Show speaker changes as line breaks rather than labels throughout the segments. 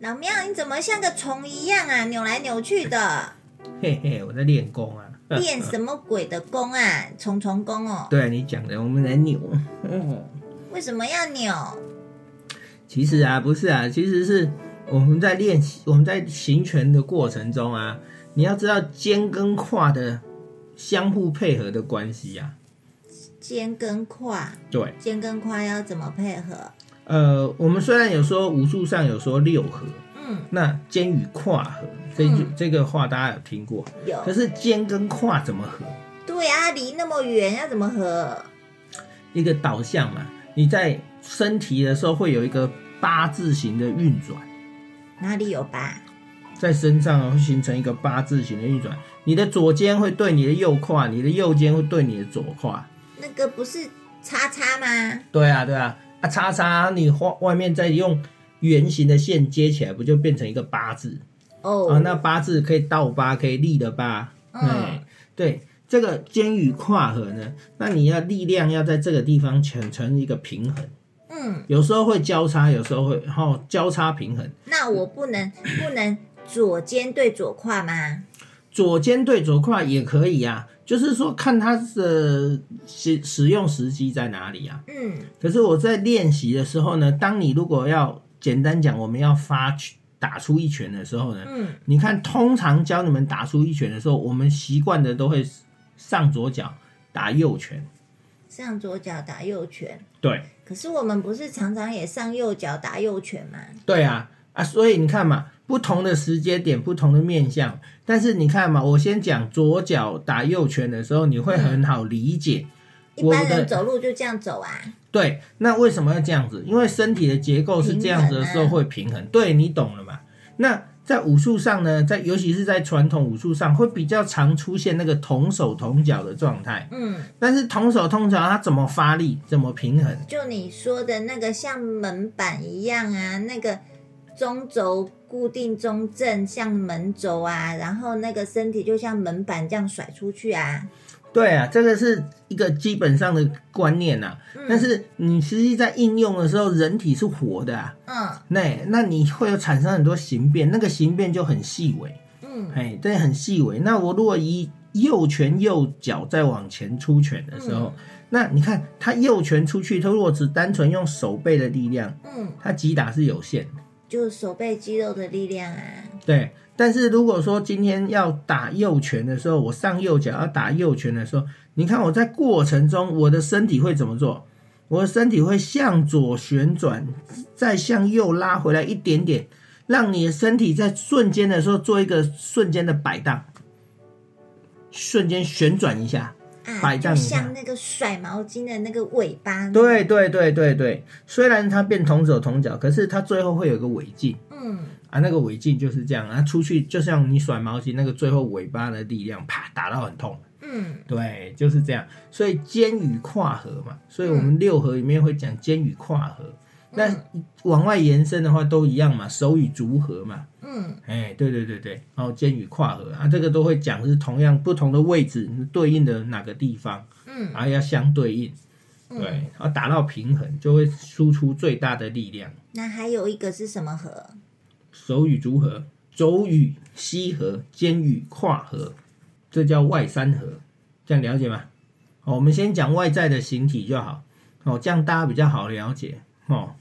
老庙，你怎么像个虫一样啊，扭来扭去的，
嘿嘿，我在练功啊。
练什么鬼的功啊？虫虫功哦？
对你讲的，我们来扭。哦，
为什么要扭？
其实啊，不是啊，其实是我们在练习，我们在行拳的过程中啊，你要知道肩跟胯的相互配合的关系啊。
肩跟胯，
对，
肩跟胯要怎么配合？
呃，我们虽然有说武术上有说六合，
嗯，
那肩与胯合，这句、
嗯
这个话大家有听过。
有
可。是肩跟胯怎么合？
对啊，离那么远要怎么合？
一个导向嘛，你在身体的时候会有一个八字形的运转。
哪里有吧？
在身上啊会形成一个八字形的运转，你的左肩会对你的右胯，你的右肩会对你的左胯。
那个不是叉叉吗？
对啊，对啊，啊叉叉，你画外面再用圆形的线接起来，不就变成一个八字
哦、
啊？那八字可以倒八，可以立的八。
嗯
哎对，这个肩与胯合呢，那你要力量要在这个地方形成一个平衡，
嗯，
有时候会交叉，有时候会然后、交叉平衡。
那我不能不能左肩对左胯吗？
左肩对左胯也可以啊，就是说看它的使使用时机在哪里啊。
嗯
可是我在练习的时候呢，当你如果要简单讲，我们要发去打出一拳的时候呢，
嗯，
你看通常教你们打出一拳的时候，我们习惯的都会上左脚打右拳，
上左脚打右拳。
对
可是我们不是常常也上右脚打右拳吗？
对啊啊，所以你看嘛。不同的时间点，不同的面相，但是你看嘛，我先讲左脚打右拳的时候，你会很好理解。
一般
我的
人走路就这样走啊。
对，那为什么要这样子？因为身体的结构是这样子的时候会平衡，对你懂了嘛？那在武术上呢，在尤其是在传统武术上，会比较常出现那个同手同脚的状态。
嗯，
但是同手同脚，它怎么发力，怎么平衡？
就你说的那个像门板一样啊，那个中轴固定中正像门轴啊，然后那个身体就像门板这样甩出去啊。
对啊，这个是一个基本上的观念呐、啊。
嗯
但是你实际在应用的时候，人体是活的啊，
嗯
那那你会有产生很多形变，那个形变就很细微。
嗯
哎，对，很细微。那我如果以右拳右脚再往前出拳的时候，那你看他右拳出去，他如果只单纯用手背的力量，
嗯，
他击打是有限的。
就是手背肌肉的力量啊。
对，但是如果说今天要打右拳的时候，我上右脚要打右拳的时候，你看我在过程中我的身体会怎么做？我的身体会向左旋转，再向右拉回来一点点，让你的身体在瞬间的时候做一个瞬间的摆荡，瞬间旋转一
啊，
下。摆
就
荡一下
像那个甩毛巾的那个尾巴。，
对对对对对，虽然它变同手同脚，可是它最后会有一个尾劲。
嗯
啊，那个尾劲就是这样，啊，出去就像你甩毛巾，那个最后尾巴的力量，啪打到很痛。
嗯
对，就是这样。所以肩与胯合嘛，所以我
嗯
们六合里面会讲肩与胯合。那往外延伸的话都一样嘛，手与足合嘛。
嗯
哎，对对对对，然后肩与胯合啊，这个都会讲是同样不同的位置对应的哪个地方，
嗯
然后要相对应，对，
嗯。
然后达到平衡就会输出最大的力量。
那还有一个是什么河？
手与足合，肘与膝合，肩与胯合，这叫外三合，这样了解吗？好，我们先讲外在的形体就好，哦，这样大家比较好了解哦。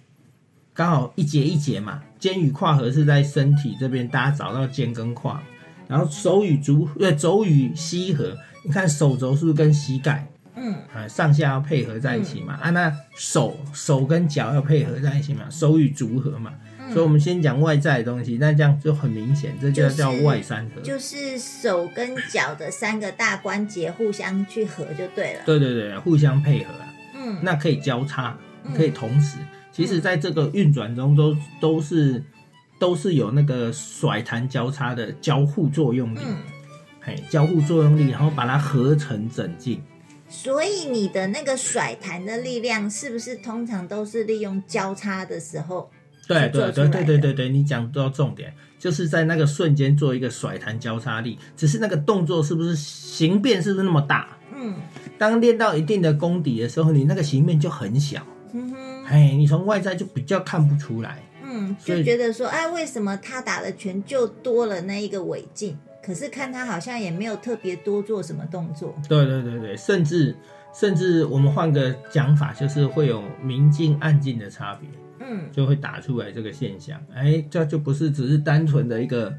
刚好一节一节嘛，肩与胯合是在身体这边，大家找到肩跟胯，然后手与足呃肘与膝合，你看手肘是不是跟膝盖？
嗯
啊，上下要配合在一起嘛，啊，那手手跟脚要配合在一起嘛，手与足合嘛，所以我们先讲外在的东西，那这样就很明显，这
嗯
就
就是
叫外三合。
就是手跟脚的三个大关节互相去合就对了。
对对对，互相配合啊，
嗯，
那可以交叉，
嗯
可以同时。其实，在这个运转中都都是都是有那个甩弹交叉的交互作用力，
嗯，
嘿，交互作用力，然后把它合成整净。
所以你的那个甩弹的力量是不是通常都是利用交叉的时候？
对
是做
对
出
对
来
对
的
对对对，你讲到重点，就是在那个瞬间做一个甩弹交叉力，只是那个动作是不是形变是不是那么大？
嗯
当练到一定的功底的时候，你那个形变就很小，
哼嗯哼，
哎，你从外在就比较看不出来。
嗯，
所以
就觉得说，哎，为什么他打的拳就多了那一个尾劲？可是看他好像也没有特别多做什么动作。
对对对对，甚至甚至我们换个讲法，就是会有明镜暗镜的差别，
嗯
就会打出来这个现象。哎，这就不是只是单纯的一个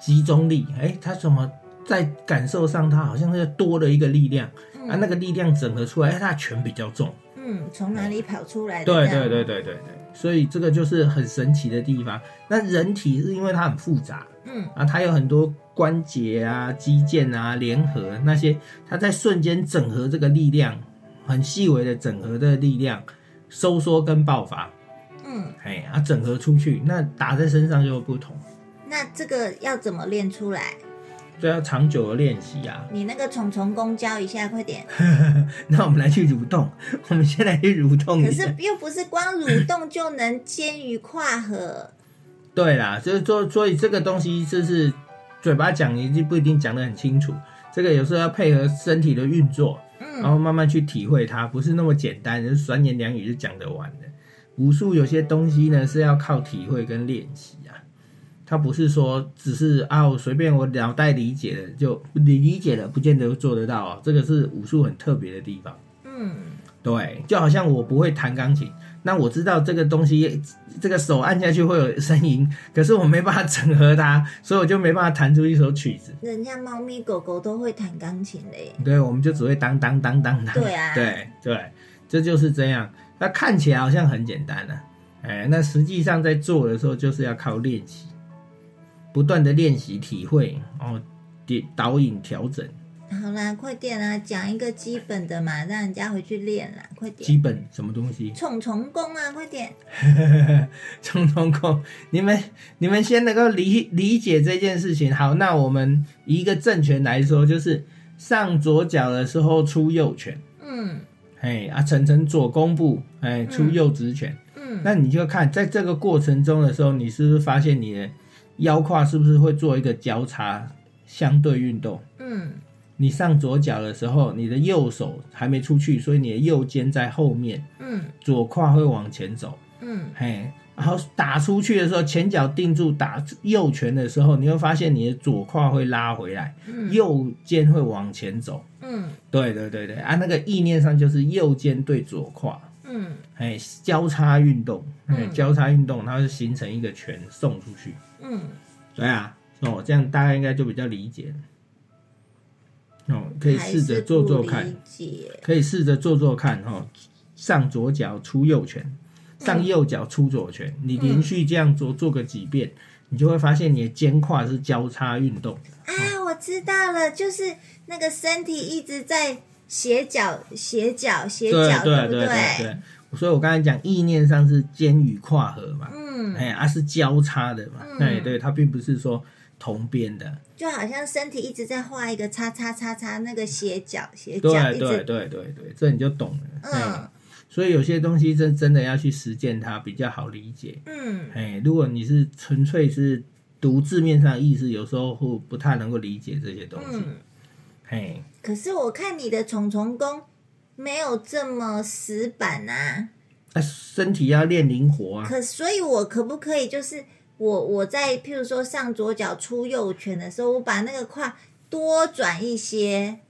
集中力，哎，它怎么在感受上它好像是多了一个力量
嗯、
啊？那个力量整合出来，哎它的拳比较重。
嗯，从哪里跑出来的？
对对对，对对对，所以这个就是很神奇的地方。那人体是因为它很复杂，
嗯
啊，它有很多关节啊、肌腱啊、联合那些，它在瞬间整合这个力量，很细微的整合的力量，收缩跟爆发，
嗯。
哎，啊，整合出去，那打在身上就会不同，
那这个要怎么练出来？
这要长久的练习啊。
你那个虫虫功教一下，快点！
那我们来去蠕动，我们先来去蠕动
可
一
是
下。
又不是光蠕动就能煎鱼跨河。
对啦，就是做，所以这个东西就是嘴巴讲已经不一定讲得很清楚，这个有时候要配合身体的运作。然
嗯
后慢慢去体会它，不是那么简单，就是三言两语就讲得完的。武术有些东西呢是要靠体会跟练习啊，它不是说只是啊我随便我脑袋理解了就理理解了，不见得做得到啊。这个是武术很特别的地方。
嗯
对，就好像我不会弹钢琴，那我知道这个东西，这个手按下去会有声音，可是我没办法整合它，所以我就没办法弹出一首曲子。
人家猫咪狗狗都会弹钢琴嘞。
对，我们就只会当当当当当。
对啊
对对，这就是这样。那看起来好像很简单啊，哎，那实际上在做的时候就是要靠练习，不断的练习、体会，哦，点导引、调整，
好啦，快点啦，讲一个基本的嘛，让人家回去练啦，快点！。
基本什么东西
虫虫功啊，快点！
冲冲空，你们你们先能够理理解这件事情。好，那我们以一个正拳来说，就是上左脚的时候出右拳，
嗯
哎啊，晨晨左弓步，哎出
嗯
右直拳。
嗯
那你就看，在这个过程中的时候，你是不是发现你的腰胯是不是会做一个交叉相对运动？
嗯
你上左脚的时候，你的右手还没出去，所以你的右肩在后面，
嗯
左胯会往前走。
嗯
嘿，然后打出去的时候，前脚定住打右拳的时候，你会发现你的左胯会拉回来，
嗯
右肩会往前走。
嗯
对对对对，啊，那个意念上就是右肩对左胯。
嗯
哎，交叉运动，哎，
嗯
交叉运动，它是形成一个拳送出去。
嗯，
对啊，哦，这样大家应该就比较理解了。哦，可以试着做做
还是
看
不，理解。
可以试着做做看哦。上左脚出右拳，上右脚出左拳，
嗯
你连续这样做做个几遍，你就会发现你的肩胯是交叉运动。
啊，我知道了，就是那个身体一直在斜角、斜角、斜角，
对
不
对对对，所以我刚才讲意念上是肩与胯合嘛，
嗯，
哎，它、是交叉的嘛，哎
嗯
对对，它并不是说同边的，
就好像身体一直在画一个叉叉叉叉那个斜角、斜角，
对
一
对
直
对对对，这你就懂了，哎
嗯
所以有些东西真真的要去实践它比较好理解，
嗯
哎，如果你是纯粹是读字面上的意思，有时候会不太能够理解这些东西，
嗯。
嘿，
可是我看你的虫虫功没有这么死板啊，
那身体要练灵活啊，
可所以，我可不可以就是我我在譬如说上左脚出右拳的时候，我把那个胯多转一些，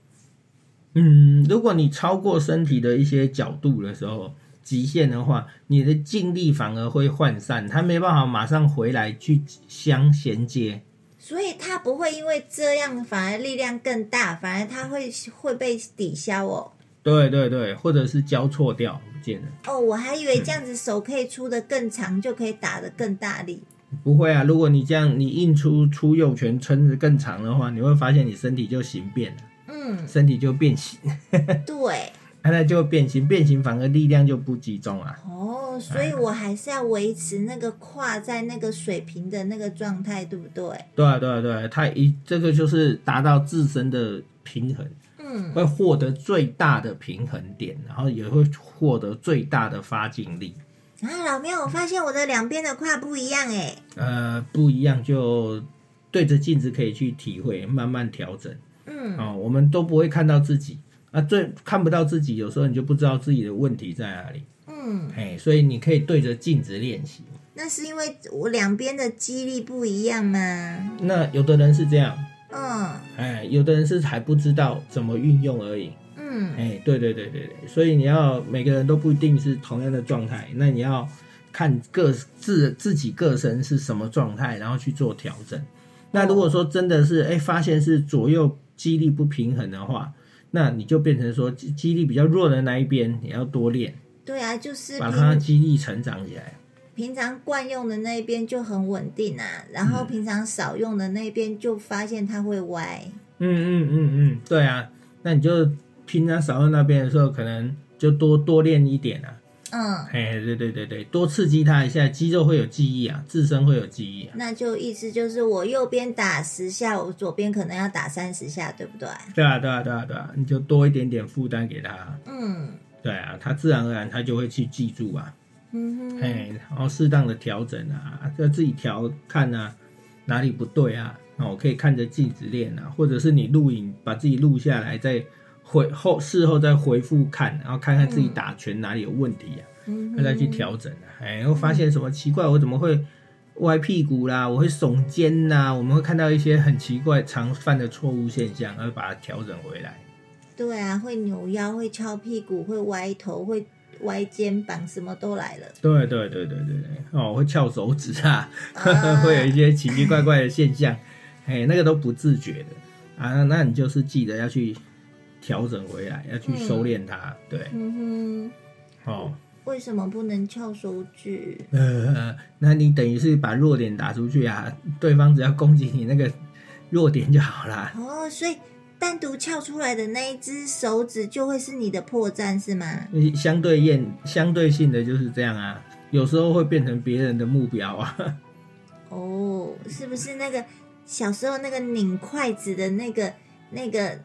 嗯，如果你超过身体的一些角度的时候。极限的话，你的劲力反而会涣散，它没办法马上回来去相衔接。
所以它不会因为这样反而力量更大，反而它会会被抵消哦。
对对对，或者是交错掉不见了。
哦，我还以为这样子手可以出的更长，就可以打的更大力。
不会啊，如果你这样你硬出出右拳撑得更长的话，你会发现你身体就形变了，
嗯，
身体就变形，
对。
啊那就变形，变形反而力量就不集中啊。
哦，所以我还是要维持那个胯在那个水平的那个状态，对不对？
对啊对啊对啊，它一这个就是达到自身的平衡，
嗯，
会获得最大的平衡点，然后也会获得最大的发劲力。
啊，老喵，我发现我的两边的胯不一样哎。
呃，不一样就对着镜子可以去体会，慢慢调整。
嗯，
哦，我们都不会看到自己啊，最看不到自己，有时候你就不知道自己的问题在哪里。
嗯，
哎，所以你可以对着镜子练习。
那是因为我两边的肌力不一样吗？
那有的人是这样，
嗯
哎，有的人是还不知道怎么运用而已。
嗯
哎，对对对对对，所以你要每个人都不一定是同样的状态，那你要看个自自己个身是什么状态，然后去做调整。那如果说真的是哎发现是左右肌力不平衡的话，那你就变成说肌肌力比较弱的那一边，你要多练，
对啊，就是
把它
平
肌力成长起来。
平常惯用的那一边就很稳定啊，然后平常少用的那一边就发现它会歪。
嗯嗯嗯嗯，对啊，那你就平常少用那边的时候，可能就多多练一点啊。
嗯，
哎，对对对对，多刺激它一下，肌肉会有记忆啊，自身会有记忆啊。
那就意思就是我右边打十下，我左边可能要打三十下，对不对？
对啊，对啊，对啊，对啊，你就多一点点负担给他，
嗯
对啊，他自然而然他就会去记住啊，
嗯哼，
哎、然后适当的调整啊，要自己调看啊，哪里不对啊，那我可以看着镜子练啊，或者是你录影把自己录下来，再回后事后再回复看，然后看看自己打拳哪里有问题啊，
嗯
再去调整啊，哎、我发现什么奇怪，我怎么会？歪屁股啦，我会耸肩啦，我们会看到一些很奇怪常犯的错误现象，然后把它调整回来。
对啊，会扭腰，会翘屁股，会歪头，会歪肩膀，什么都来了。
对对对对对对，哦，会翘手指啊，
啊
会有一些奇奇怪怪的现象，哎，那个都不自觉的啊。那你就是记得要去调整回来，要去收敛它。对，
嗯
哦，
哼，为什么不能翘手指？
呃，那你等于是把弱点打出去啊， 对方只要攻击你那个弱点就好啦。
哦，所以单独翘出来的那一只手指就会是你的破绽，是吗？
相对验相对性的就是这样啊，有时候会变成别人的目标啊。
哦，是不是那个小时候那个拧筷子的那个那个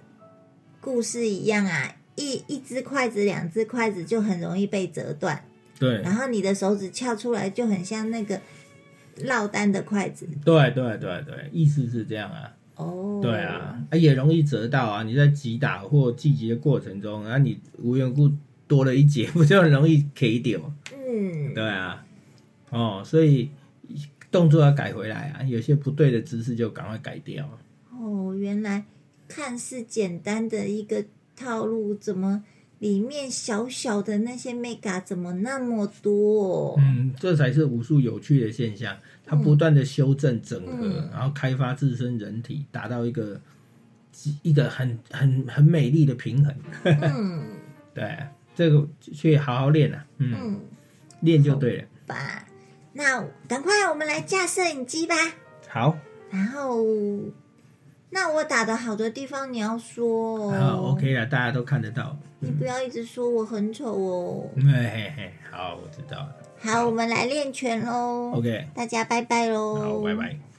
故事一样啊？一一只筷子、两只筷子就很容易被折断，
对
然后你的手指翘出来就很像那个落单的筷子。
对对对对，意思是这样啊。
哦，
对啊，，啊也容易折到啊！你在击打或击击的过程中，啊你无缘故多了一节，不就很容易 K 掉？
嗯，
对啊，哦，所以动作要改回来啊，有些不对的姿势就赶快改掉。
哦，原来看似简单的一个套路，怎么里面小小的那些 mega 怎么那么 多、
嗯，这才是武术有趣的现象，它不断的修正整合，
嗯
然后开发自身人体，达到一个一个很很很美丽的平衡。
嗯
对啊、这个去好好练啊，嗯，
嗯，
练就对了。
吧。那赶快我们来架摄影机吧。
好。
然后，那我打的好的地方你要说哦。
啊，OK 啦，大家都看得到。
你不要一直说我很丑哦。
嗯嘿嘿，好，我知道了。
好，我们来练拳喽。
OK，
大家拜拜喽。
好，拜拜。